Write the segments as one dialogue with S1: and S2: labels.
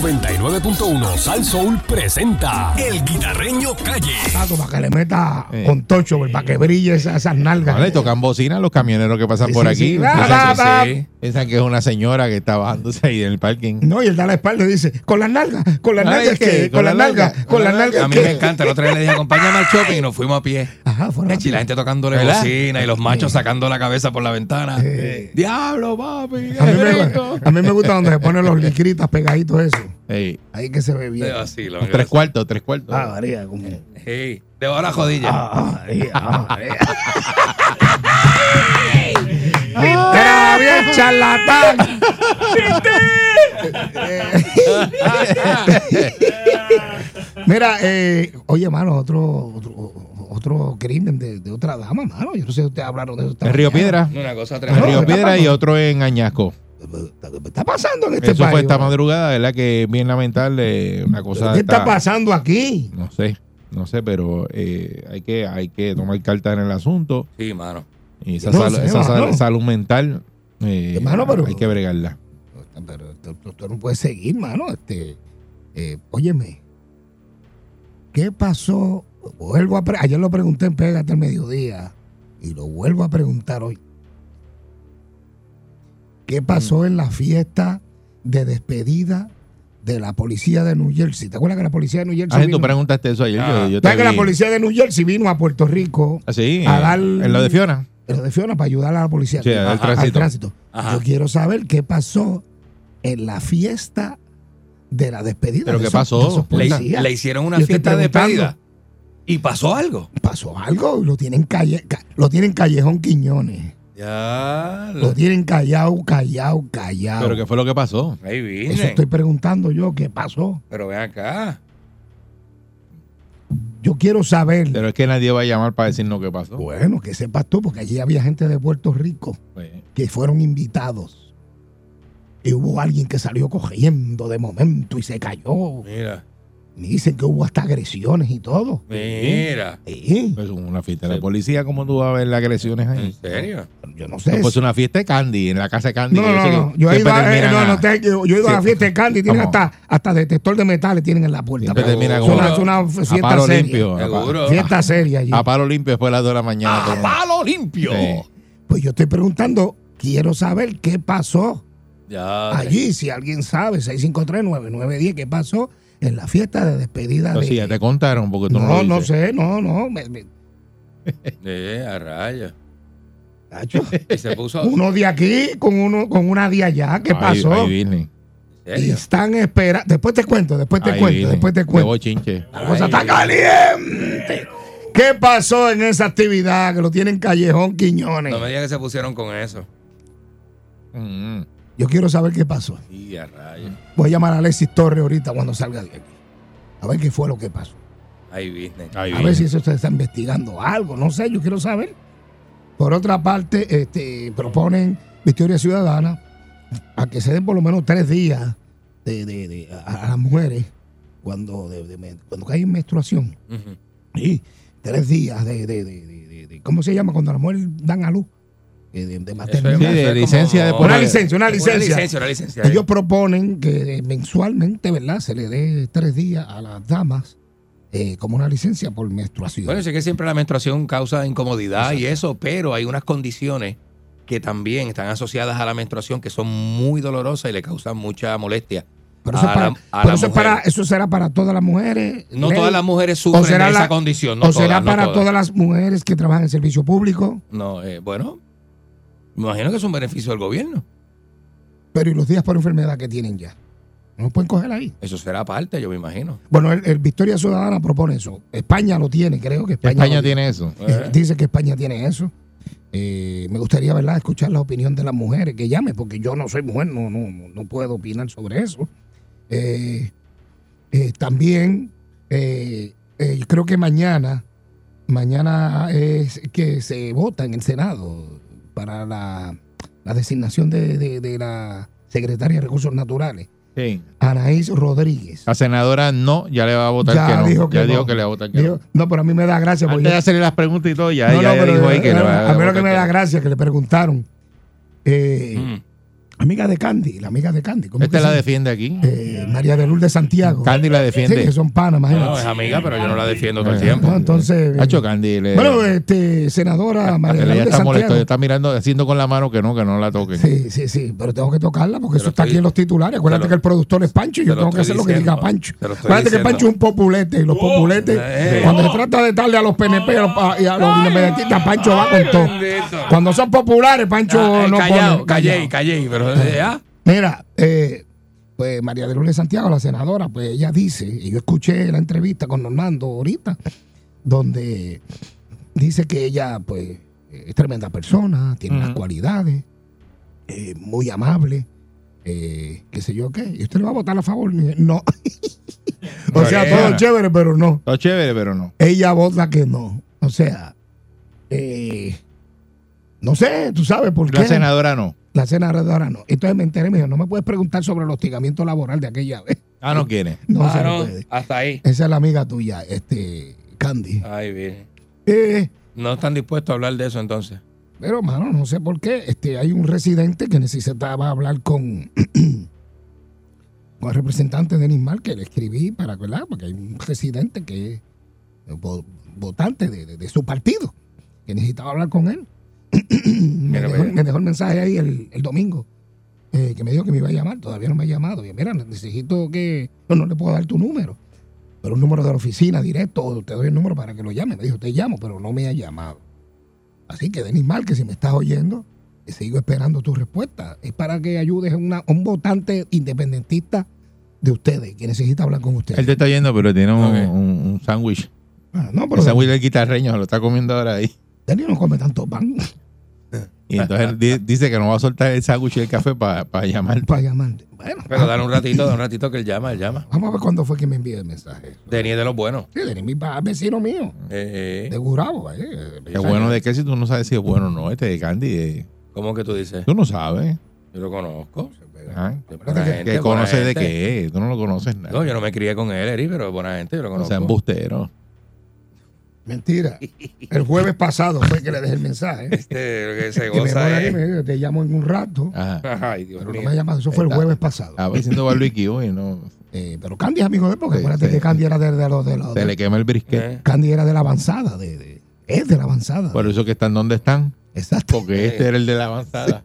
S1: 99.1 Sal Soul presenta El Guitarreño Calle.
S2: Tato, para que le meta
S3: Eh.
S2: con tocho, para que brille esa- esas nalgas.
S3: Ahora le tocan bocina a los camioneros que pasan
S2: Sí,
S3: por
S2: sí,
S3: aquí.
S2: sí.
S3: Piensan,
S2: Sí, sí,
S3: que- piensan que es una señora que está bajándose ahí en el parking.
S2: No, y él da la espalda y dice, con las nalgas, con las
S3: Ay,
S2: nalgas,
S3: que,
S2: ¿qué? con las nalgas, con las nalgas.
S4: A mí me
S2: ¿qué?
S4: encanta. El otro día le dije, acompáñame al shopping y nos fuimos a pie.
S2: Ajá, fueron
S4: Y la gente tocándole
S3: ¿Verdad?
S4: bocina y los machos sacando la cabeza por la ventana. ¡Diablo, papi!
S2: a, mí
S4: qué rico!
S2: me, a mí me gusta donde se ponen los licritas pegaditos, eso.
S3: Ey,
S2: Ahí que se ve bien.
S4: De vacilo,
S3: los tres cuartos, tres cuartos.
S2: Ah, María, como.
S4: Sí, de ahora jodilla.
S2: Ah, María, ah, María. ¡Era bien charlatán! Mira, eh, oye, mano, otro, otro, otro crimen de, de otra dama, mano. Yo no sé si ustedes hablaron de eso. esta
S3: en Río
S2: mañana.
S3: Piedra.
S4: Una cosa
S3: En
S2: No,
S4: tremenda.
S3: Río
S2: está
S3: Piedra y
S2: pasando.
S3: otro en Añasco.
S2: ¿Qué está pasando en este
S3: Eso
S2: país?
S3: fue esta
S2: mano?
S3: madrugada, ¿verdad? Que bien lamentable. Una cosa.
S2: ¿Qué está
S3: está-
S2: pasando aquí?
S3: No sé, no sé, pero eh, hay, que, hay que tomar cartas en el asunto.
S4: Sí, mano.
S3: Y esa,
S2: No
S3: sal-
S2: sé,
S3: esa sal-
S2: mano.
S3: salud mental eh,
S2: Hermano, pero-
S3: hay que bregarla.
S2: Pero tú, tú- tú no puedes seguir, mano. Este, eh, óyeme, ¿qué pasó? Vuelvo a pre- Ayer lo pregunté en Pégate al mediodía y lo vuelvo a preguntar hoy. ¿Qué
S3: Mm.
S2: pasó en la fiesta de despedida de la policía de New Jersey? ¿Te acuerdas que la policía de New Jersey
S3: Ah, tú
S2: vino?
S3: preguntaste eso ayer.
S4: Ah.
S3: yo, yo te
S2: ¿Sabes que la
S3: vi.
S2: policía de New Jersey vino a Puerto Rico,
S3: Ah, sí,
S2: a
S3: eh,
S2: dar-
S3: en lo de Fiona.
S2: pero de Fiona, para ayudar a la policía
S3: Sí, a dar
S2: Ajá,
S3: tránsito.
S2: al tránsito?
S4: Ajá.
S2: Yo quiero saber qué pasó en la fiesta de la despedida.
S3: ¿Pero
S2: de
S3: qué
S2: esos-
S3: pasó?
S2: de esos
S3: Le-
S4: Le,
S2: policías.
S4: le hicieron una
S2: Yo estoy
S4: fiesta de
S2: preguntando.
S4: despedida. Y pasó algo.
S2: pasó algo, lo tienen, calle, ca- lo tienen callejón Quiñones.
S4: Ya.
S2: Lo tienen callado, callado,
S4: Ah,
S2: callado.
S3: Mm. Pero ¿qué fue lo que pasó?
S4: Ahí vine.
S2: Eso estoy preguntando yo, ¿qué pasó?
S4: Pero ven acá.
S2: Yo quiero saber.
S3: Pero es que nadie va a llamar para decirnos qué pasó.
S2: bueno, que sepas tú, porque allí había gente de Puerto Rico
S3: Pues,
S2: que fueron invitados. Y hubo alguien que salió corriendo de momento y se cayó.
S4: Mira.
S2: Me dicen que hubo hasta agresiones y todo.
S4: Mira.
S2: Sí,
S3: pues, una fiesta de la policía, ¿cómo tú vas a ver las agresiones
S4: ¿En
S3: ahí?
S4: serio?
S2: yo no
S3: No,
S2: sé.
S3: pues una fiesta de Candy, en la casa de Candy.
S2: No,
S3: que
S2: no, no,
S3: sé que
S2: no. Yo he ido
S3: siempre
S2: a, eh,
S3: terminan
S2: no, no,
S3: a-
S2: te- yo, yo he ido a la
S3: Sí.
S2: fiesta de Candy, tienen
S3: Vamos.
S2: hasta, hasta detector de metales tienen en la puerta.
S3: Siempre
S2: pero
S3: termina
S2: es
S3: con
S2: una,
S4: oro.
S2: es una
S3: a
S2: fiesta
S3: palo
S2: seria.
S3: limpio. a pa-
S4: Seguro.
S2: Fiesta seria allí.
S3: A, palo limpio después de las 2 de la mañana.
S2: Ah,
S3: todo el
S4: ¡A
S3: mundo.
S4: palo limpio!
S3: Sí.
S2: Pues yo estoy preguntando, quiero saber qué pasó
S4: Ya.
S2: allí, si alguien sabe, 653-9910, qué pasó en la fiesta de despedida
S3: No,
S2: de...
S3: sí, ya te contaron porque tú no,
S2: no,
S3: lo
S2: no
S3: dices.
S2: sé, no, no. me- me-
S4: Eh, a rayos.
S2: tacho,
S4: Y se puso.
S2: uno de aquí con uno con una de allá, ¿qué
S3: Ahí-
S2: pasó?
S3: Ahí, viene.
S4: ¿En
S2: y
S4: serio?
S2: están esperando. Después te cuento, después te
S3: ahí
S2: cuento,
S3: viene.
S2: después te
S3: Qué
S2: cuento.
S3: bochinche.
S2: La cosa está caliente. ¿Qué pasó en esa actividad que lo tienen Callejón Quiñones?
S4: No me digas que se pusieron con eso. Mm-hmm.
S3: Mm, mm.
S2: Yo quiero saber qué pasó.
S4: Y a rayos.
S2: Voy a llamar a Alexis Torres ahorita cuando salga de aquí. A ver qué fue lo que pasó.
S4: Ahí business.
S3: Ahí
S2: A
S3: viene.
S2: ver si eso se está investigando algo. No sé, yo quiero saber. Por otra parte, este, proponen Victoria Ciudadana a que se den por lo menos tres días de, de- de- a, a las mujeres cuando, de- de- cuando cae en menstruación.
S4: Ujú.
S2: Sí, tres días de, de, de, de- de- de- ¿cómo se llama? Cuando las mujeres dan a luz. Eh, De, de maternidad.
S3: Sí, de
S4: Eso es
S3: licencia de
S4: como-
S3: por-
S2: Una licencia, una
S4: Una
S2: licencia.
S4: licencia, una licencia.
S2: Ellos proponen que eh, mensualmente, ¿verdad? Se le dé tres días a las damas eh, como una licencia por menstruación.
S4: Bueno, sé que siempre la menstruación causa incomodidad y eso, pero hay unas condiciones que también están asociadas a la menstruación que son muy dolorosas y le causan mucha molestia.
S2: pero eso, es
S4: a
S2: para,
S4: la- a
S2: pero
S4: la
S2: eso es para-
S4: mujer.
S2: eso será para todas las mujeres.
S4: No
S2: ley,
S4: todas las mujeres sufren
S2: o será
S4: de esa
S2: la-
S4: condición. No
S2: o será
S4: todas, no
S2: para
S4: todas.
S2: todas las mujeres que trabajan en servicio público.
S4: No, eh, bueno, me imagino que es un beneficio del gobierno.
S2: Pero y los días por enfermedad que tienen ya. No pueden coger ahí.
S4: Eso será aparte, yo me imagino.
S2: Bueno, el, el Victoria Ciudadana propone eso. España lo tiene, creo que España.
S3: España
S2: lo
S3: tiene eso.
S2: Eh,
S4: Eh,
S2: Dice que España tiene eso. Eh, me gustaría, ¿verdad?, escuchar la opinión de las mujeres que llame, porque yo no soy mujer, no, no, no- no puedo opinar sobre eso. Eh, eh, también, eh, eh, yo creo que mañana, mañana es que se vota en el Senado para la, la designación de, de- de la secretaria de Recursos Naturales,
S3: Sí.
S2: Anaís Rodríguez.
S3: La senadora no, ya le va a votar
S2: Ya
S3: que no.
S2: dijo que
S3: ya
S2: no.
S3: dijo que le va a votar que
S2: Digo, no, pero a mí me da gracia.
S3: no.
S2: porque
S3: Antes
S2: yo-
S3: de hacerle las preguntas y todo, ya
S2: No, no,
S3: ella ya
S2: pero
S3: dijo ahí
S2: de-
S3: que le
S2: no,
S3: va
S2: a mí lo que me da
S3: votar
S2: gracia es que le preguntaron eh,
S4: mm,
S2: Amiga de Candy, la amiga de Candy. ¿cómo
S3: Este
S2: que
S3: la
S2: se-
S3: defiende aquí.
S2: eh, María de Lourdes Santiago.
S3: Candy la
S2: Sí, que
S3: defiende.
S2: son panas,
S4: No, es
S2: imagínate.
S4: amiga, pero yo no la defiendo todo el
S3: Eh,
S4: tiempo.
S2: No, entonces, eh,
S3: Hacho Candy le.
S2: bueno, este,
S4: Ah,
S2: senadora María de
S3: ella
S2: Lourdes
S3: está molesto,
S2: Santiago.
S3: está mirando, haciendo con la mano que no, que no la toque.
S2: Sí, sí, sí, pero tengo que tocarla porque eso
S4: lo
S2: está
S4: estoy-
S2: aquí en los titulares. Acuérdate
S4: te lo-
S2: que el productor es Pancho y
S4: te
S2: yo
S4: lo
S2: tengo que hacer
S4: estoy
S2: lo que
S4: diciendo,
S2: diga Pancho.
S4: te lo estoy
S2: Acuérdate que
S4: diciendo. Oh,
S2: Pancho es un populete y los populetes,
S4: eh.
S2: cuando se trata de darle a los PNP y a los, pa- y a los independentistas, Pancho va con todo.
S4: bendito.
S2: Cuando son populares, Pancho
S4: Ah, eh,
S2: no
S4: callado,
S2: pone-
S4: callé,
S2: callao.
S4: callé, pero eh, ah,
S2: Mira, eh, pues María de Lourdes Santiago, la senadora, pues ella dice, y yo escuché la entrevista con Normando ahorita, donde dice que ella, pues, es tremenda persona, tiene las cualidades, eh, muy amable, eh, qué sé yo qué, y usted le va a votar a favor, mire, no. o sea, todo es chévere, pero no.
S3: Está chévere, pero no.
S2: Ella vota que no. O sea, eh, no sé, tú sabes por
S3: La
S2: qué.
S3: senadora no.
S2: La senadora no. Entonces me enteré, me dijo, no me puedes preguntar sobre el hostigamiento laboral de aquella vez.
S3: Ah, no quiere.
S2: No, se
S4: ah, no,
S2: puede.
S4: hasta ahí.
S2: Esa es la amiga tuya, este, Candy.
S4: Ay, bien.
S2: Eh,
S4: No están dispuestos a hablar de eso entonces.
S2: pero, mano, no sé por qué. Este, hay un residente que necesitaba hablar con, con el representante de Nismal, que le escribí para, ¿verdad? Porque hay un residente que es vo- votante de, de- de su partido, que necesitaba hablar con él. me,
S4: Mira,
S2: dejó,
S4: vaya.
S2: me dejó el mensaje ahí el, el domingo, eh, que me dijo que me iba a llamar, todavía no me ha llamado. Y mira, necesito que, no, no le puedo dar tu número, pero un número de la oficina directo, o te doy el número para que lo llame. Me dijo, te llamo, pero no me ha llamado. Así que, Denis Mal, que si me estás oyendo, eh, sigo esperando tu respuesta. Es para que ayudes a, una- a un votante independentista de ustedes, que necesita hablar con ustedes.
S3: Él te está yendo, pero tiene un,
S4: Ok.
S3: un- un sándwich.
S2: Ah, no,
S3: El
S2: pero
S3: sándwich del guitarreño se lo está comiendo ahora ahí.
S2: Denis no come tanto pan
S3: Y entonces él di- dice que no va a soltar el sándwich y el café para llamar.
S2: para llamarte. Bueno, ah,
S4: Pero dale un ratito, dale un ratito que él llama, él llama.
S2: vamos a ver cuándo fue que me envió el mensaje.
S4: Denis es de los buenos.
S2: Sí, Denis, mi pa- vecino mío,
S4: Eh,
S2: de
S4: eh,
S2: Gurabo. eh,
S3: Es bueno de qué si tú no sabes si es bueno o no, este de Candy. eh,
S4: ¿Cómo que tú dices?
S3: tú no sabes.
S4: Yo lo conozco.
S3: Ajá.
S4: Es buena
S2: Acuérdate que-
S4: gente,
S3: Ah, Que
S4: buena
S3: conoces de
S4: gente.
S3: qué es, tú no lo conoces nada.
S4: No, yo no me crié con él, Eri, pero es buena gente, yo lo
S3: o
S4: conozco.
S3: sea, embustero.
S2: Mentira. El jueves pasado fue que le dejé el mensaje.
S4: Este, lo que se
S2: Y me
S4: goza
S2: pone ahí,
S4: es...
S2: me dice, te llamo en un rato,
S3: Ajá.
S4: Ay, Dios
S2: pero no
S4: mío.
S2: me ha llamado. Eso fue el
S3: Ah, Está-
S2: jueves pasado.
S3: Estaba diciendo Barluiqui hoy, ¿no?
S2: Eh, pero Candy es amigo de él, porque
S3: Sí,
S2: acuérdate
S3: sí.
S2: que Candy era de, de los de los.
S3: Se le quema el brisket.
S4: Eh,
S2: Candy era de la avanzada, de, de- es de la avanzada.
S3: Por eso que están donde están.
S2: Exacto.
S3: Porque este era el de la avanzada.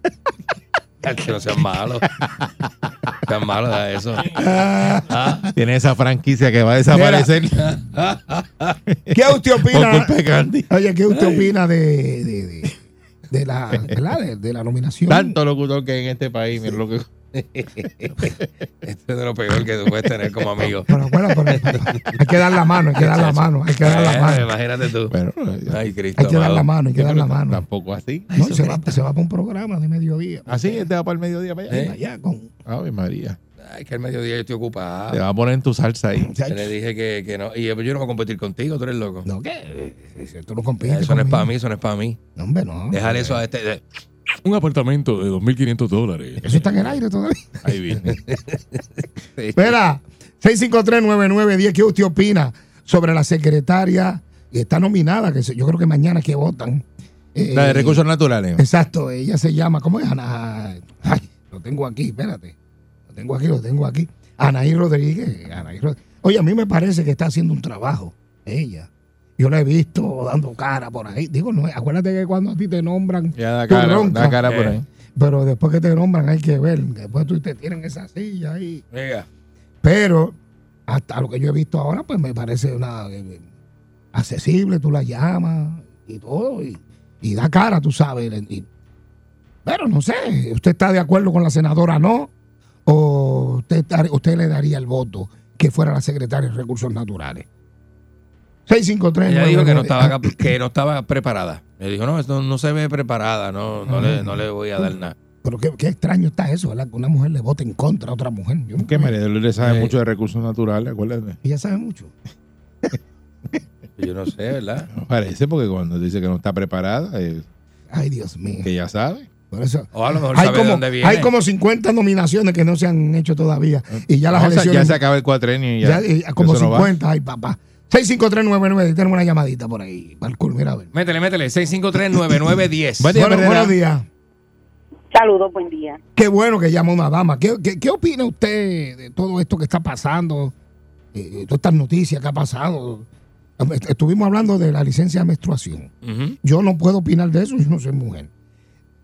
S4: Que no sean malos. sean malos, da eso.
S3: Tiene esa franquicia que va a desaparecer.
S2: ¿Qué usted
S3: Por
S2: opina? Este
S3: culpa de Candy.
S2: Oye, ¿qué usted opina de, de, de- de la, ¿verdad? De, de la nominación?
S3: Tanto locutor que hay en este país. Mira lo que.
S4: Este es de lo peor que tú puedes tener como amigo.
S2: Pero bueno, pero- hay que dar la mano, hay que dar la mano, hay que dar la
S4: Eh,
S2: mano.
S4: Imagínate tú.
S3: Bueno,
S4: Ay, Cristo.
S2: Hay que dar
S4: amado.
S2: la mano, hay que dar la mano.
S3: Tampoco así.
S2: No, y se, va, se va para un programa de mediodía.
S3: Así te va para el mediodía para allá.
S4: Eh.
S2: Allá con.
S3: Ave María.
S4: Ay, que al mediodía yo estoy ocupado.
S3: Te va a poner en tu salsa ahí.
S4: Yo le dije que, que no. Y yo, yo no voy a competir contigo, tú eres loco.
S2: No, que eh, tú no compites.
S4: eso no es
S2: conmigo.
S4: para mí, eso no es para mí.
S2: No, hombre, no.
S4: Déjale eso a este. de-
S5: Un apartamento de 2.500 dólares.
S2: Eso está en el aire todavía.
S5: Ahí viene.
S2: Espera, 6539910, ¿qué usted opina sobre la secretaria? Y está nominada, que se- yo creo que mañana es que votan. Eh,
S3: La de recursos naturales.
S2: Exacto, ella se llama, ¿cómo es? Ana, ay, lo tengo aquí, espérate. Lo tengo aquí, lo tengo aquí. Anaí Rodríguez, Anaí Rod- Oye, a mí me parece que está haciendo un trabajo, ella. Yo la he visto dando cara por ahí. Digo, no, acuérdate que cuando a ti te nombran,
S3: Ya da
S2: tú
S3: cara,
S2: roncas,
S3: da cara por
S4: Eh.
S3: ahí.
S2: pero después que te nombran hay que ver. Después tú te tienen esa silla ahí.
S4: Venga.
S2: Pero hasta lo que yo he visto ahora, pues me parece una eh, accesible, tú la llamas y todo, y, y da cara, tú sabes. le- y- pero no sé, ¿usted está de acuerdo con la senadora no? ¿O usted, está- usted le daría el voto que fuera la secretaria de Recursos Naturales? 653.
S4: Ella dijo que no estaba,
S2: Ah,
S4: cap- que no estaba preparada. Me dijo, no, esto no se ve preparada, no, no, le, no le voy a dar nada.
S2: Pero qué, qué extraño está eso, ¿verdad? Que una mujer le vote en contra a otra mujer. Yo nunca-
S3: Que María Dolores sabe
S4: Eh.
S3: mucho de recursos naturales, acuérdate.
S2: Ella sabe mucho.
S4: Yo no sé, ¿verdad?
S3: No parece porque cuando dice que no está preparada, eh,
S2: Ay, Dios mío.
S3: que ya sabe.
S2: Por eso,
S4: O a lo mejor
S2: hay
S4: sabe de
S2: como,
S4: dónde viene.
S2: hay como 50 nominaciones que no se han hecho todavía. Y ya las
S3: No, o sea, ya
S2: elecciones.
S3: se acaba el cuatrenio y
S2: ya-
S3: ya.
S2: eh, como
S3: Eso no va.
S2: 50, ay, papá. 65399, tenemos una llamadita por ahí. Balcón, mira, a ver.
S4: Métele, métele, 6539910.
S3: Buen día,
S2: Bueno,
S3: Perrera.
S2: buenos días.
S6: Saludos, buen día.
S2: Qué bueno que llama una dama. ¿Qué, qué, qué opina usted de todo esto que está pasando? Eh, todas estas noticias que ha pasado. Est- Estuvimos hablando de la licencia de menstruación.
S4: Ujú.
S2: Yo no puedo opinar de eso, yo no soy mujer.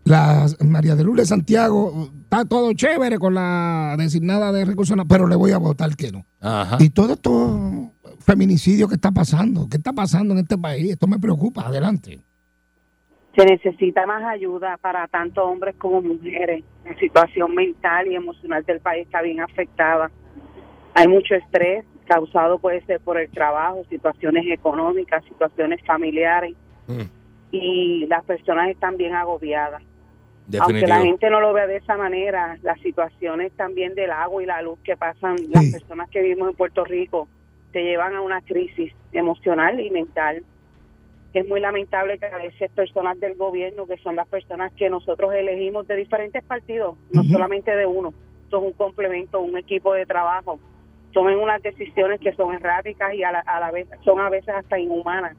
S2: La María de Lourdes Santiago está todo chévere con la designada de recursos, humanos, pero le voy a votar que no.
S4: Ajá.
S2: Y todo esto feminicidio que está pasando, que está pasando en este país, esto me preocupa. Adelante.
S6: Se necesita más ayuda para tanto hombres como mujeres. La situación mental y emocional del país está bien afectada. Hay mucho estrés causado puede ser por el trabajo, situaciones económicas, situaciones familiares
S4: Mm,
S6: y las personas están bien agobiadas. Aunque
S4: Definitivo.
S6: la gente no lo vea de esa manera, las situaciones también del agua y la luz que pasan las
S2: Sí.
S6: personas que vivimos en Puerto Rico te llevan a una crisis emocional y mental. Es muy lamentable que a veces personas del gobierno, que son las personas que nosotros elegimos de diferentes partidos, no
S2: Ujú.
S6: solamente de uno, son un complemento, un equipo de trabajo, tomen unas decisiones que son erráticas y a la, a la vez son a veces hasta inhumanas.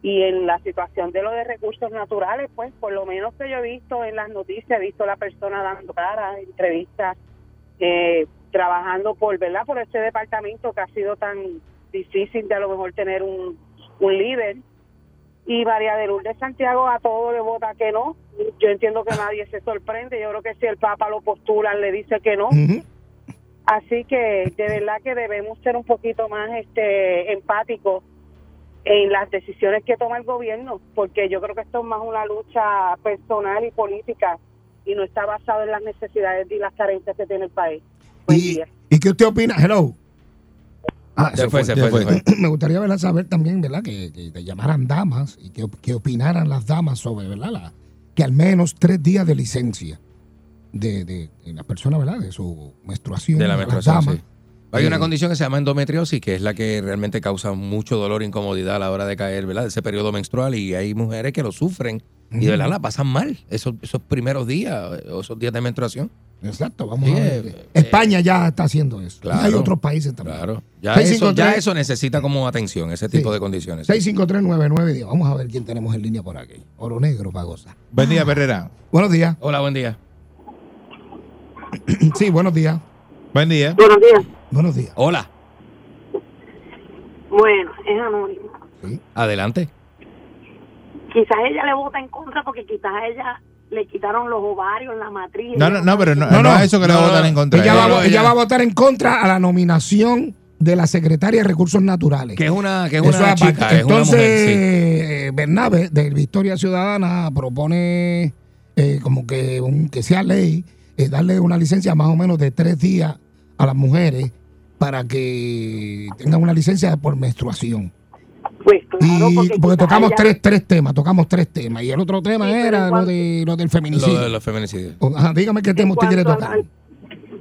S6: Y en la situación de lo de recursos naturales, pues por lo menos que yo he visto en las noticias, he visto a la persona dando cara, entrevistas, eh, trabajando por, ¿verdad? Por este departamento que ha sido tan difícil de a lo mejor tener un, un líder. Y María de Lourdes Santiago a todo le vota que no. Yo entiendo que nadie se sorprende. Yo creo que si el Papa lo postulan, le dice que no.
S2: Ujú.
S6: Así que de verdad que debemos ser un poquito más este empáticos en las decisiones que toma el gobierno, porque yo creo que esto es más una lucha personal y política y no está basado en las necesidades y las carencias que tiene el país. Buen
S2: ¿Y,
S6: día.
S2: ¿Y qué usted opina? Hello. Ah,
S4: Se fue, se
S3: se
S4: fue, se
S3: fue.
S4: fue.
S2: Me gustaría ¿verdad? saber también, ¿verdad? Que, que te llamaran damas y que, que opinaran las damas sobre, ¿verdad? La- que al menos tres días de licencia de, de, de la persona, ¿verdad? De su menstruación.
S4: De la
S2: las
S4: menstruación,
S2: damas.
S4: sí. Hay una
S2: Eh,
S4: condición que se llama endometriosis, que es la que realmente causa mucho dolor e incomodidad a la hora de caer, ¿verdad? Ese periodo menstrual y hay mujeres que lo sufren y de verdad la pasan mal esos, esos primeros días, eh, o esos días de menstruación.
S2: Exacto, vamos
S4: Sí,
S2: a ver.
S4: eh,
S2: España ya está haciendo eso.
S4: claro.
S2: Y hay otros países también.
S4: Claro. Ya,
S2: Seis,
S4: eso,
S2: cinco,
S4: ya
S2: tres.
S4: eso necesita como atención, ese tipo
S2: Sí.
S4: de condiciones.
S2: 6539910. Vamos a ver quién tenemos en línea por aquí. Oro Negro, Pagosa.
S3: Buen día, Perrera.
S2: Buenos días.
S4: Hola, buen día.
S2: Sí, buenos días.
S3: Buen día.
S6: Buenos días.
S2: Buenos días.
S4: Hola,
S6: Bueno, es anónimo.
S2: Sí.
S4: adelante.
S6: Quizás ella le vota en contra porque quizás a ella le quitaron los ovarios, la matriz.
S3: No, no, no, pero no,
S2: No,
S3: no,
S2: no.
S3: es eso que le
S4: No,
S3: votan
S4: no.
S3: en contra.
S2: Ella
S3: Eh,
S2: va,
S4: Pero
S2: ella
S4: ella-
S2: va a votar en contra a la nominación de la secretaria de Recursos Naturales.
S4: Que es una, que es
S2: Eso
S4: una
S2: aparte.
S4: chica, es una
S2: Entonces,
S4: mujer, sí.
S2: eh, Bernabe, de Victoria Ciudadana, propone eh, como que, un- que sea ley, eh, darle una licencia más o menos de tres días a las mujeres para que tengan una licencia por menstruación.
S6: Pues
S2: Y porque, tocamos
S6: tres
S2: tres, tres temas, tocamos tres temas. Y el otro tema
S6: Sí, pero
S2: era
S6: en
S2: lo,
S6: cuanto-
S2: de, lo del
S4: Lo de
S2: feminicidio.
S4: los feminicidios.
S2: Ajá, dígame qué tema usted quiere tocar.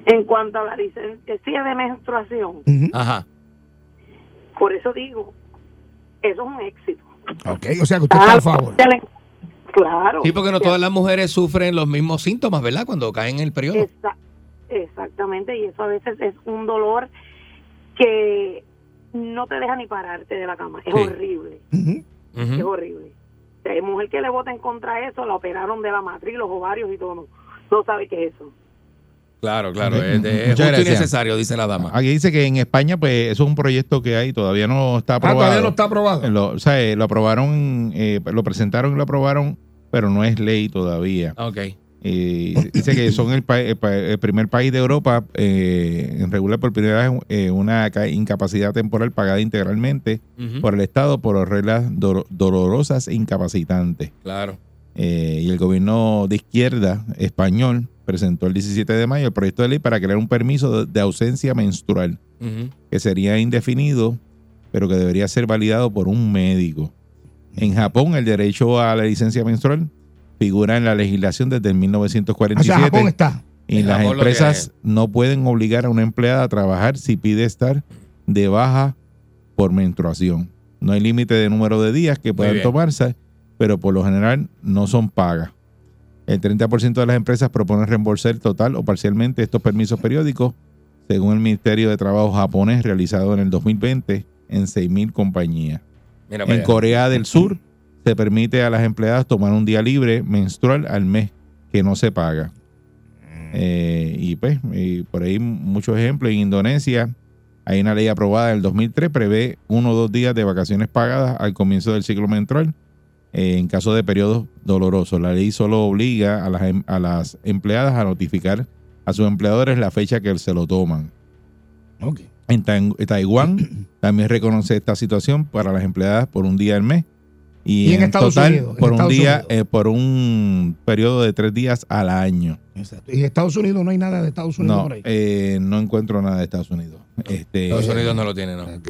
S6: En cuanto a la licencia de menstruación,
S2: Ujú.
S4: Ajá.
S6: Por eso digo, eso es un éxito.
S2: Ok, o sea que usted
S6: Ah,
S2: está a favor.
S6: Claro.
S4: Sí, porque no todas las mujeres sufren los mismos síntomas, ¿verdad? Cuando caen en el periodo.
S6: Exa- exactamente, y eso a veces es un dolor que no te deja ni pararte de la cama. Es
S4: Sí. ¿Mm?
S6: horrible,
S2: Ujú.
S4: Ujú.
S6: es horrible. O sea, Hay mujer que le vota en contra de eso, la operaron de la matriz, los ovarios y todo. No, no sabe qué es eso.
S4: Claro, claro.
S3: Ok.
S4: Es, de-
S3: Muchas
S4: es justo y
S3: gracias.
S4: necesario, dice la dama.
S3: Aquí dice que en España, pues, eso es un proyecto que hay, todavía no está
S2: Ah,
S3: aprobado.
S2: todavía no está aprobado.
S3: Lo, o sea, eh, lo aprobaron, eh, lo presentaron y lo aprobaron, pero no es ley todavía.
S4: Ok.
S3: Eh, dice que son el, pa- el pa- el primer país de Europa eh, en regular por primera vez eh, una ca- incapacidad temporal pagada integralmente
S4: Ujú.
S3: por el Estado por reglas dolo- dolorosas e incapacitantes.
S4: Claro.
S3: Eh, y el gobierno de izquierda español presentó el 17 de mayo el proyecto de ley para crear un permiso de- de ausencia menstrual
S4: Ujú.
S3: que sería indefinido, pero que debería ser validado por un médico. En Japón, el derecho a la licencia menstrual figura en la legislación desde
S2: O
S3: el
S2: sea,
S3: 1947
S2: Japón está.
S3: y
S4: En
S3: las
S4: Japón lo
S3: empresas no pueden obligar a una empleada a trabajar si pide estar de baja por menstruación. No hay límite de número de días que puedan
S4: bien.
S3: tomarse, pero por lo general no son pagas. El 30% de las empresas proponen reembolsar total o parcialmente estos permisos periódicos, según el Ministerio de Trabajo japonés realizado en el 2020 en 6.000 compañías.
S4: Mira, para
S3: En
S4: allá.
S3: Corea del Sur se permite a las empleadas tomar un día libre menstrual al mes, que no se paga.
S4: Mm.
S3: Eh, y pues, y por ahí muchos ejemplos. En Indonesia hay una ley aprobada en el 2003, prevé uno o dos días de vacaciones pagadas al comienzo del ciclo menstrual eh, en caso de periodos dolorosos. La ley solo obliga a las, em- a las empleadas a notificar a sus empleadores la fecha que se lo toman.
S2: Ok.
S3: En Tai- Taiwán también reconoce esta situación para las empleadas por un día al mes. Y,
S2: Y en
S3: en
S2: Estados
S3: total,
S2: Unidos, en
S3: por un
S2: Estados
S3: día,
S2: Unidos.
S3: eh, por un periodo de tres días al año.
S2: Exacto. Y en Estados Unidos no hay nada de Estados Unidos
S3: No,
S2: por ahí.
S3: eh, no encuentro nada de Estados Unidos. Este,
S4: Estados
S2: Ah.
S4: Unidos no lo tiene, no,
S2: Ok.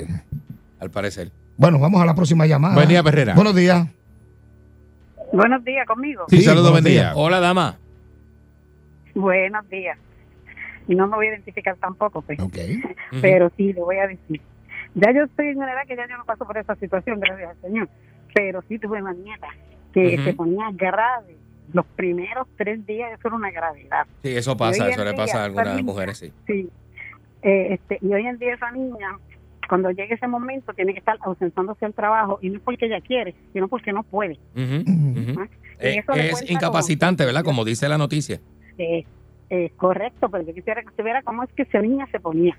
S4: al parecer.
S2: Bueno, vamos a la próxima llamada.
S3: Buen día, Perrera.
S2: Buenos días.
S7: Buenos días, conmigo.
S3: sí,
S2: sí,
S3: saludos,
S2: buenos
S3: buen día.
S4: Hola, dama.
S7: Buenos días. No me voy a identificar tampoco, pues,
S2: Ok.
S4: Ujú.
S7: pero sí, le voy a decir. Ya yo estoy en una edad que ya yo no paso por esa situación, gracias al Señor. Pero sí tuve una nieta que
S4: Ujú.
S7: se ponía grave. Los primeros tres días eso era una gravedad.
S4: Sí, eso
S7: Yo
S4: pasa,
S7: hoy
S4: eso
S7: en
S4: le
S7: día,
S4: pasa a algunas
S7: también-
S4: mujeres, sí.
S7: Sí. Eh, este, y hoy en día esa niña, cuando llegue ese momento, tiene que estar ausentándose del trabajo y no es porque ella quiere, sino porque no puede.
S4: Ujú,
S2: Ujú.
S4: ujú.
S7: Y
S4: Eh,
S7: eso le
S4: es
S7: cuenta
S4: incapacitante,
S7: como-
S4: ¿verdad? Como dice la noticia.
S7: Eh, eh, correcto, pero yo quisiera que usted viera cómo es que esa niña se ponía.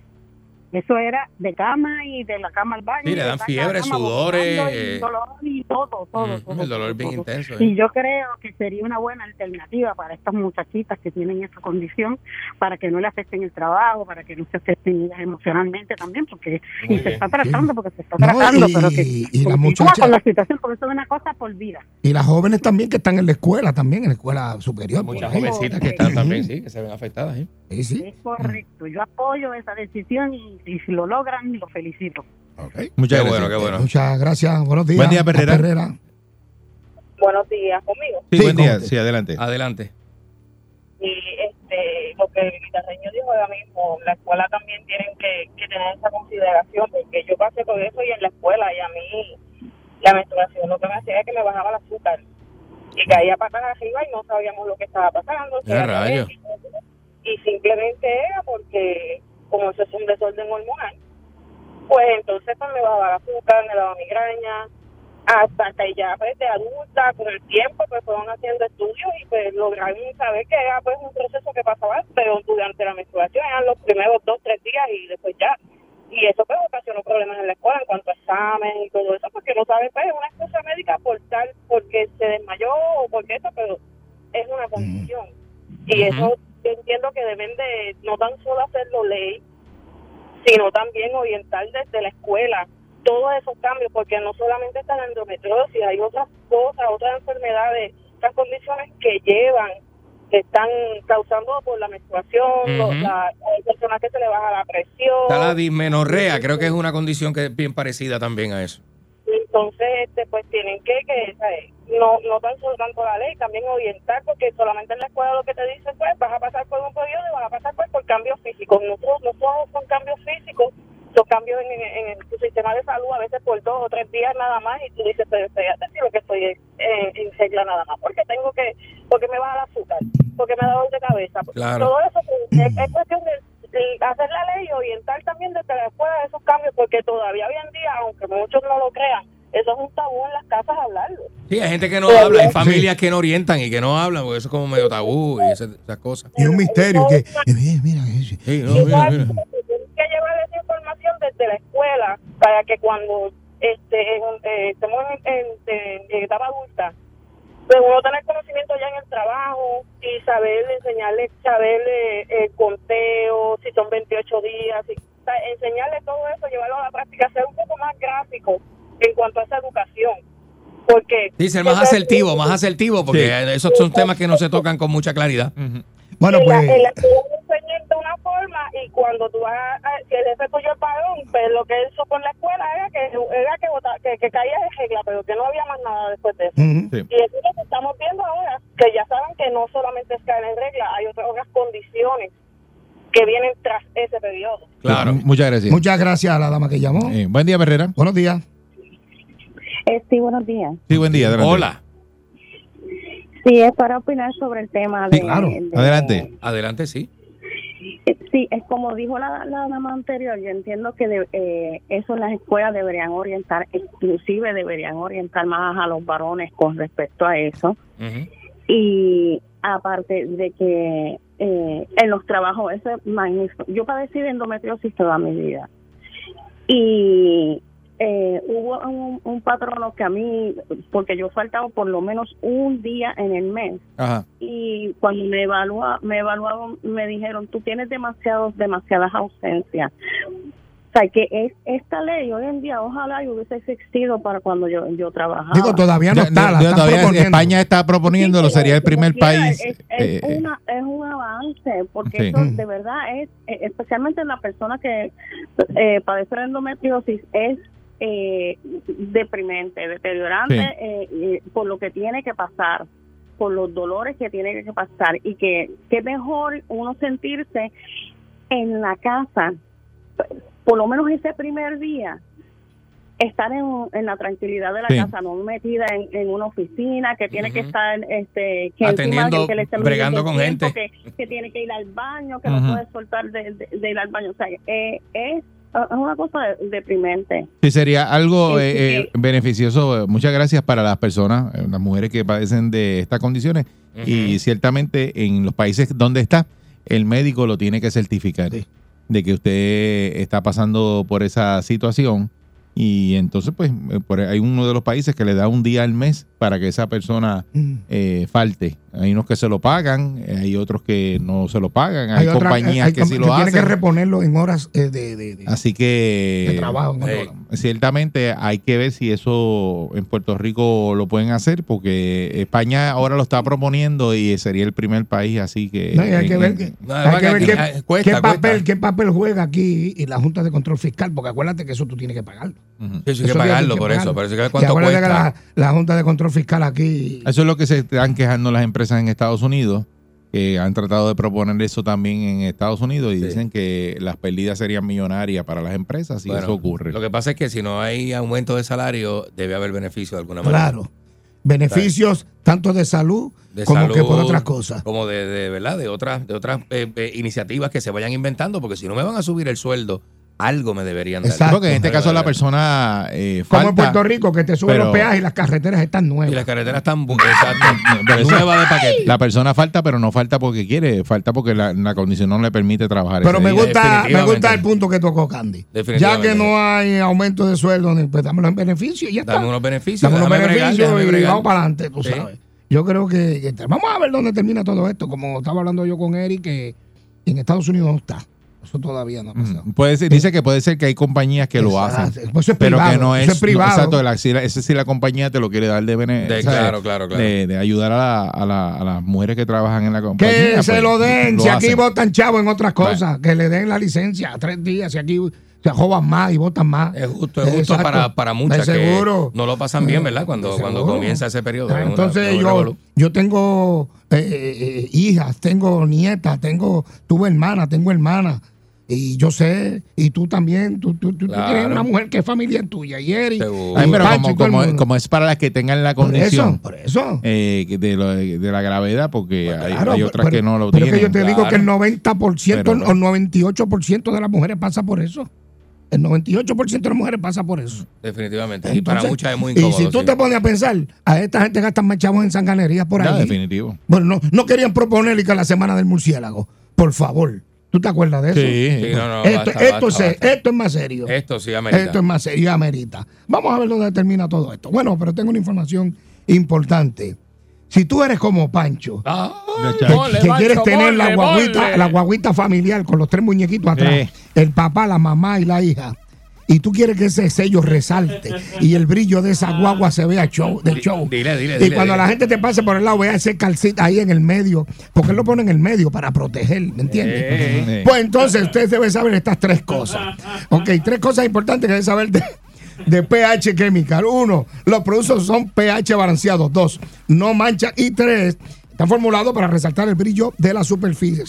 S7: Eso era de cama y de la cama al baño.
S4: Sí, le
S7: y de
S4: dan
S7: la
S4: fiebre,
S7: cama,
S4: sudores,
S7: vomitando Y
S4: eh,
S7: dolor y todo, todo.
S4: Ujú,
S7: todo,
S4: El dolor
S7: todo,
S4: es bien
S7: todo.
S4: intenso.
S7: Y
S4: ¿eh?
S7: yo creo que sería una buena alternativa para estas muchachitas que tienen esa condición, para que no le afecten el trabajo, para que no se afecten ellas emocionalmente también, porque y se está tratando, porque se está
S2: No,
S7: tratando,
S2: y-
S7: pero que
S2: y la
S7: continúa
S2: muchacha-
S7: con la situación, porque eso es una cosa por vida.
S2: Y las jóvenes también que están en la escuela, también en la escuela superior.
S4: Muchas
S2: por ahí.
S4: jovencitas que están también, sí, que se ven afectadas. ¿eh?
S2: Sí, sí.
S7: Es correcto. Yo apoyo esa decisión y, y si lo logran, lo felicito.
S2: Ok.
S3: Muchas
S4: Qué bueno,
S3: gracias.
S4: qué bueno.
S2: Muchas gracias. Buenos días.
S3: Buen día,
S2: a
S3: Perrera.
S6: Buenos días conmigo.
S3: Sí,
S2: Sí,
S3: buen día.
S2: con-
S3: Sí, adelante.
S4: Adelante.
S6: Y este, lo que Guitarreño dijo ahora mismo, la escuela también tienen que, que tener esa consideración, porque yo pasé por eso y en la escuela, y a mí la menstruación lo que me hacía es que me bajaba el azúcar. Y caía patas arriba y no sabíamos lo que estaba pasando. si
S4: ¡Ah,
S6: era
S4: rayos!
S6: diabetes, Y simplemente era porque, como eso es un desorden hormonal, pues entonces pues, me bajaba el azúcar, me daba migraña, hasta que ya pues de adulta con el tiempo pues fueron haciendo estudios y pues lograron saber que era pues un proceso que pasaba pero durante la menstruación eran los primeros dos tres días y después ya y eso pues ocasionó problemas en la escuela en cuanto a examen y todo eso porque no saben pues es una excusa médica por tal porque se desmayó o porque eso pero es una condición y eso yo entiendo que deben de no tan solo hacerlo ley sino también orientar desde la escuela todos esos cambios, porque no solamente está la endometriosis, hay otras cosas, otras enfermedades, otras condiciones que llevan, que están causando por la menstruación,
S4: Ujú.
S6: la- hay personas que se le baja la presión.
S4: Está la dismenorrea, creo que es una condición que es bien parecida también a eso.
S6: Entonces, este, pues tienen que, que ¿sabes? no no tan solo tanto la ley, también orientar, porque solamente en la escuela lo que te dicen, pues vas a pasar por un periodo y vas a pasar pues, por cambios físicos. Nosotros no solo son cambios físicos, son cambios en, en- en tu sistema de salud, a veces por dos o tres días nada más, y tú dices, pero espérate, si lo que estoy es eh, en regla nada más, porque tengo que, porque me baja el azúcar, porque me da dolor de cabeza.
S4: Claro.
S6: Todo eso pues, es, es cuestión de y hacer la ley y orientar también desde la escuela de esos cambios, porque todavía hoy en día, aunque muchos no lo crean, eso es un tabú en las casas hablarlo.
S4: Sí, hay gente que no habla, hay familias que no orientan y que no hablan, porque eso es como medio tabú y ese- esas cosas.
S2: Y un misterio que. eh, mira, mira, eh,
S4: Sí, no, mira,
S6: Igual,
S4: mira.
S6: tienes que llevar esa información desde la escuela para que cuando este, en- eh, estemos en, en- en etapa adulta, pues uno tener conocimiento ya en el trabajo y saber enseñarle, saberle el conteo, si son 28 días, si- o sea, enseñarle todo eso, llevarlo a la práctica, ser un poco más gráfico en cuanto a esa educación. Porque
S4: Sí, ser más asertivo, más asertivo, porque esos son temas que no se tocan con mucha claridad.
S2: Bueno,
S6: en la,
S2: pues.
S6: en la escuela te enseñan de una forma y cuando tú vas a, a- si el jefe tuyo es varón, pues lo que él hizo con la escuela era que era que, vota- que, que caía de regla, pero que no había más nada después de eso.
S2: ujú.
S3: Sí.
S6: Y eso es lo que estamos viendo ahora, que ya saben que no solamente es caer en regla, hay otras, otras condiciones que vienen tras ese periodo.
S4: Claro.
S3: Muchas gracias.
S2: Muchas gracias a la dama que llamó.
S3: Eh, buen día, Herrera.
S2: Buenos días.
S8: Eh, sí, buenos días.
S3: Sí, buen día. Adelante.
S4: Hola,
S8: Sí, es para opinar sobre el tema
S3: Sí,
S8: de...
S2: claro.
S8: de-
S3: Adelante.
S4: adelante, sí.
S8: Eh, Sí, es como dijo la, la dama anterior, yo entiendo que de- eh, eso las escuelas deberían orientar, inclusive deberían orientar más a los varones con respecto a eso.
S4: Ujú.
S7: Y aparte de que eh, en los trabajos, eso es magnífico. Yo padecí de endometriosis toda mi vida. Y eh, hubo un, un patrono que a mí, porque yo faltaba por lo menos un día en el mes,
S4: Ajá.
S7: y cuando me evalua, me evaluaron me dijeron tú tienes demasiados demasiadas ausencias o sea que es esta ley hoy en día ojalá yo hubiese existido para cuando yo yo trabajaba
S2: Digo, todavía no
S3: Ya-
S2: está,
S3: ya-
S2: la
S3: ya
S2: están
S3: todavía
S2: proponiendo.
S3: España está proponiéndolo,
S7: Sí,
S3: sería el
S7: pero
S3: primer
S7: como quiera,
S3: país.
S7: Es,
S3: eh,
S7: es una- es un avance, porque
S3: Sí.
S7: eso de verdad es, eh, especialmente en la persona que eh, padece de endometriosis, es eh, deprimente, deteriorante,
S3: Sí.
S7: eh, eh, por lo que tiene que pasar, por los dolores que tiene que pasar, y que qué mejor uno sentirse en la casa, por lo menos ese primer día, estar en, en la tranquilidad de la
S3: Sí.
S7: casa, no metida en, en una oficina que tiene que
S4: Ujú.
S7: estar este, que
S4: Atendiendo,
S7: encima que le estén
S4: bregando
S7: midiendo
S4: con
S7: el tiempo,
S4: gente.
S7: Que, que tiene que ir al baño, que
S3: Ujú.
S7: no puede soltar de, de- de ir al baño. O sea, eh, es, es una cosa deprimente.
S3: Sí, sería algo
S7: Sí,
S3: eh,
S7: sí,
S3: eh, beneficioso. Eh, Muchas gracias para las personas, eh, las mujeres que padecen de estas condiciones. Y ciertamente en los países donde está, el médico lo tiene que certificar
S2: Sí.
S3: de que usted está pasando por esa situación. Y entonces, pues, eh, por ahí hay uno de los países que le da un día al mes para que esa persona
S2: Mm.
S3: eh, falte. Hay unos que se lo pagan, eh, hay otros que no se lo pagan, hay,
S2: otra-
S3: compañías
S2: hay
S3: que
S2: com-
S3: sí lo
S2: tiene que
S3: hacen.
S2: reponerlo en horas eh, de, de- de-
S3: Así que...
S2: de trabajo. en
S4: eh,
S2: horas.
S3: Ciertamente hay que ver si eso en Puerto Rico lo pueden hacer, porque España ahora lo está proponiendo y sería el primer país así que...
S2: No, y hay que
S3: en-
S2: ver
S3: en-
S2: que-
S4: No,
S2: hay que
S4: que
S2: ver
S4: aquí-
S2: qué,
S4: ah, cuesta,
S2: qué papel,
S4: cuesta.
S2: qué papel juega aquí y la Junta de Control Fiscal, porque acuérdate que eso tú tienes que pagarlo.
S3: Ujú.
S4: Sí, sí, hay que
S2: Eso
S4: pagarlo
S2: tiene que
S4: por eso.
S2: pagarlo.
S4: Pero sí que
S2: Y
S4: cuánto
S2: acuérdate que
S4: cuesta.
S2: la, la Junta de Control Fiscal aquí
S3: Eso es lo que se están quejando las empresas en Estados Unidos, que han tratado de proponer eso también en Estados Unidos y
S4: Sí.
S3: dicen que las pérdidas serían millonarias para las empresas si
S4: Bueno,
S3: eso ocurre.
S4: Lo que pasa es que si no hay aumento de salario, debe haber beneficio de alguna manera.
S2: Claro. Beneficios tanto de salud
S4: De
S2: como que por
S4: salud,
S2: otras cosas.
S4: Como de, de, verdad, de otras, de otras eh, eh, iniciativas que se vayan inventando, porque si no me van a subir el sueldo, algo me deberían dar.
S2: Exacto.
S3: Porque en este caso la persona eh,
S2: Como
S3: falta...
S2: en Puerto Rico, que te suben
S3: pero-
S2: los peajes y las carreteras están
S4: Y las
S2: nuevas.
S4: carreteras están bu- exacto,
S3: Pero eso-
S4: nuevas de paquete.
S3: La persona falta, pero no falta porque quiere, falta porque la, la condición no le permite trabajar.
S2: Pero
S3: ese
S2: me
S3: día.
S2: gusta, me
S4: definitivamente.
S2: gusta el punto que tocó Candy. Ya
S4: Definitivamente.
S2: que no hay aumento de sueldo, ni- pues dámelo en beneficio y ya está.
S4: Dame unos beneficios.
S2: Dame unos
S4: déjame bregar,
S2: beneficios
S4: déjame
S2: y
S4: bregar.
S2: vamos para adelante, tú
S4: Sí.
S2: sabes. Yo creo que, que te- vamos a ver dónde termina todo esto. Como estaba hablando yo con Eric, que en Estados Unidos no está. Eso todavía no ha pasado.
S3: Ujú. Puede ser- dice que puede ser que hay compañías Mm, que lo
S2: Exacto.
S3: hacen.
S2: Pues eso es
S3: Pero
S2: privado,
S3: que no
S2: eso
S3: es,
S2: es privado.
S3: no, exacto, la- si la- ese sí la compañía te lo quiere dar de bene-
S4: De-
S3: o sea,
S4: claro, claro, claro.
S3: de- de ayudar a, la- a la- a las mujeres que trabajan en la compañía.
S2: Que
S3: pues,
S2: se lo den, si aquí
S3: hacen.
S2: votan chavo en otras cosas, que le den la licencia a tres días, si aquí se joban más y votan más.
S4: Es justo, es justo
S2: Exacto.
S4: para, para muchas
S2: De seguro.
S4: que no lo pasan bien, ¿verdad? Cuando,
S2: De
S4: cuando
S2: seguro.
S4: comienza ese periodo.
S2: Ah,
S4: Es una-
S2: Entonces
S4: un
S2: yo,
S4: revolú.
S2: yo tengo eh, eh, eh, hijas, tengo nietas, tengo, tuve hermana, tengo hermana. Y yo sé, y tú también, tú, tú, tú- tú
S4: Claro.
S2: tienes una mujer que es familia tuya, y Eri,
S4: Seguro.
S3: Ay,
S2: y
S3: pero
S2: Pacho, y
S3: como,
S2: todo el
S3: como-
S2: mundo.
S3: como es para las que tengan la
S2: por eso,
S3: condición
S2: por eso.
S3: eh, de, lo- de la gravedad, porque hay,
S2: Claro,
S3: hay
S2: pero-
S3: otras que no lo
S2: pero es
S3: tienen.
S2: que yo te digo que el 90%
S3: Pero-
S2: o 98% de las mujeres pasa por eso. El 98% de las mujeres pasa por eso.
S4: Definitivamente. y
S2: Entonces,
S4: para muchas es muy incómodo.
S2: Y si tú
S4: sí.
S2: te pones a pensar, a esta gente gastan más chavos en sanganerías por
S3: Ya,
S2: ahí.
S3: definitivo.
S2: Bueno, no, no querían proponer y que la semana del murciélago. Por favor. ¿Tú te acuerdas de eso?
S4: Sí, no, no,
S2: esto,
S4: basta,
S2: esto
S4: basta,
S2: se-
S4: basta.
S2: esto es más serio.
S4: Esto sí amerita.
S2: Esto es más serio, amerita. Vamos a ver dónde termina todo esto. Bueno, pero tengo una información importante. Si tú eres como Pancho, que, que quieres tener la guaguita, la guaguita familiar con los tres muñequitos atrás, el papá, la mamá y la hija. Y tú quieres que ese sello resalte y el brillo de esa guagua se vea show, del show.
S4: Dile, dile,
S2: y
S4: dile,
S2: cuando
S4: dile.
S2: la gente te pase por el lado, vea ese calcita ahí en el medio, porque él lo pone en el medio para proteger, ¿me entiendes?
S3: Sí.
S2: Pues entonces usted debe saber estas tres cosas. Ok, tres cosas importantes que debe saber de, de pH Chemical. Uno, los productos son pH balanceados. Dos, no manchan. Y tres, están formulados para resaltar el brillo de la superficie.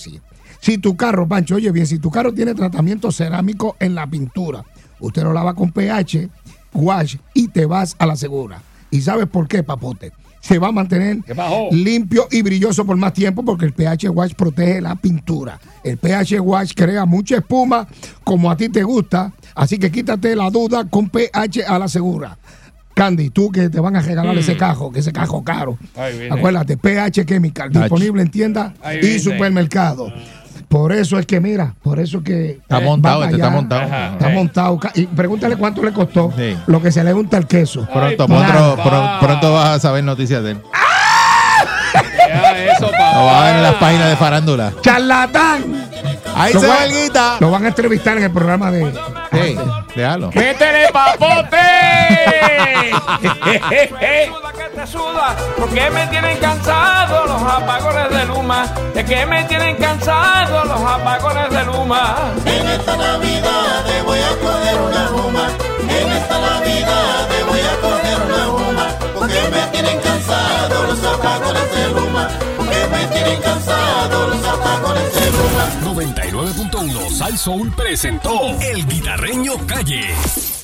S2: Si tu carro, Pancho, oye bien, si tu carro tiene tratamiento cerámico en la pintura, usted lo lava con pH, wash y te vas a la segura. ¿Y sabes por qué, papote? Se va a mantener limpio y brilloso por más tiempo porque el pH Wash protege la pintura. El pH Wash crea mucha espuma como a ti te gusta, así que quítate la duda con pH a la segura. Candy, tú que te van a regalar ese cajo, que ese cajo caro.
S9: Mm. Ahí viene.
S2: Acuérdate, PH Chemical,
S3: Ach.
S2: disponible en tiendas
S9: Ahí
S2: y
S9: viene.
S2: supermercados. Por eso es que, mira, por eso es que.
S3: Está
S2: eh,
S3: montado,
S2: van
S3: este está
S2: allá,
S3: montado.
S9: Ajá. eh.
S2: Está
S9: Sí.
S2: montado. Ca- Y pregúntale cuánto le costó
S3: Sí.
S2: lo que se le unta al queso.
S3: Pronto,
S9: Ay,
S3: pronto,
S9: papá.
S3: pro- pronto vas a saber noticias de él. Lo
S9: Ya, eso, papá.
S3: vas a ver en las páginas de farándula.
S2: ¡Charlatán!
S3: Ahí
S2: Lo
S3: se
S2: voy-
S3: va el guita.
S2: Lo van a entrevistar en el programa de.
S3: Sí, déjalo.
S9: ¡Métele papote!
S10: que te suda, porque me tienen cansado los apagones de Luma, de que me tienen cansado los apagones de Luma.
S1: Luma. 99.1 Sal Soul presentó El Guitarreño Calle.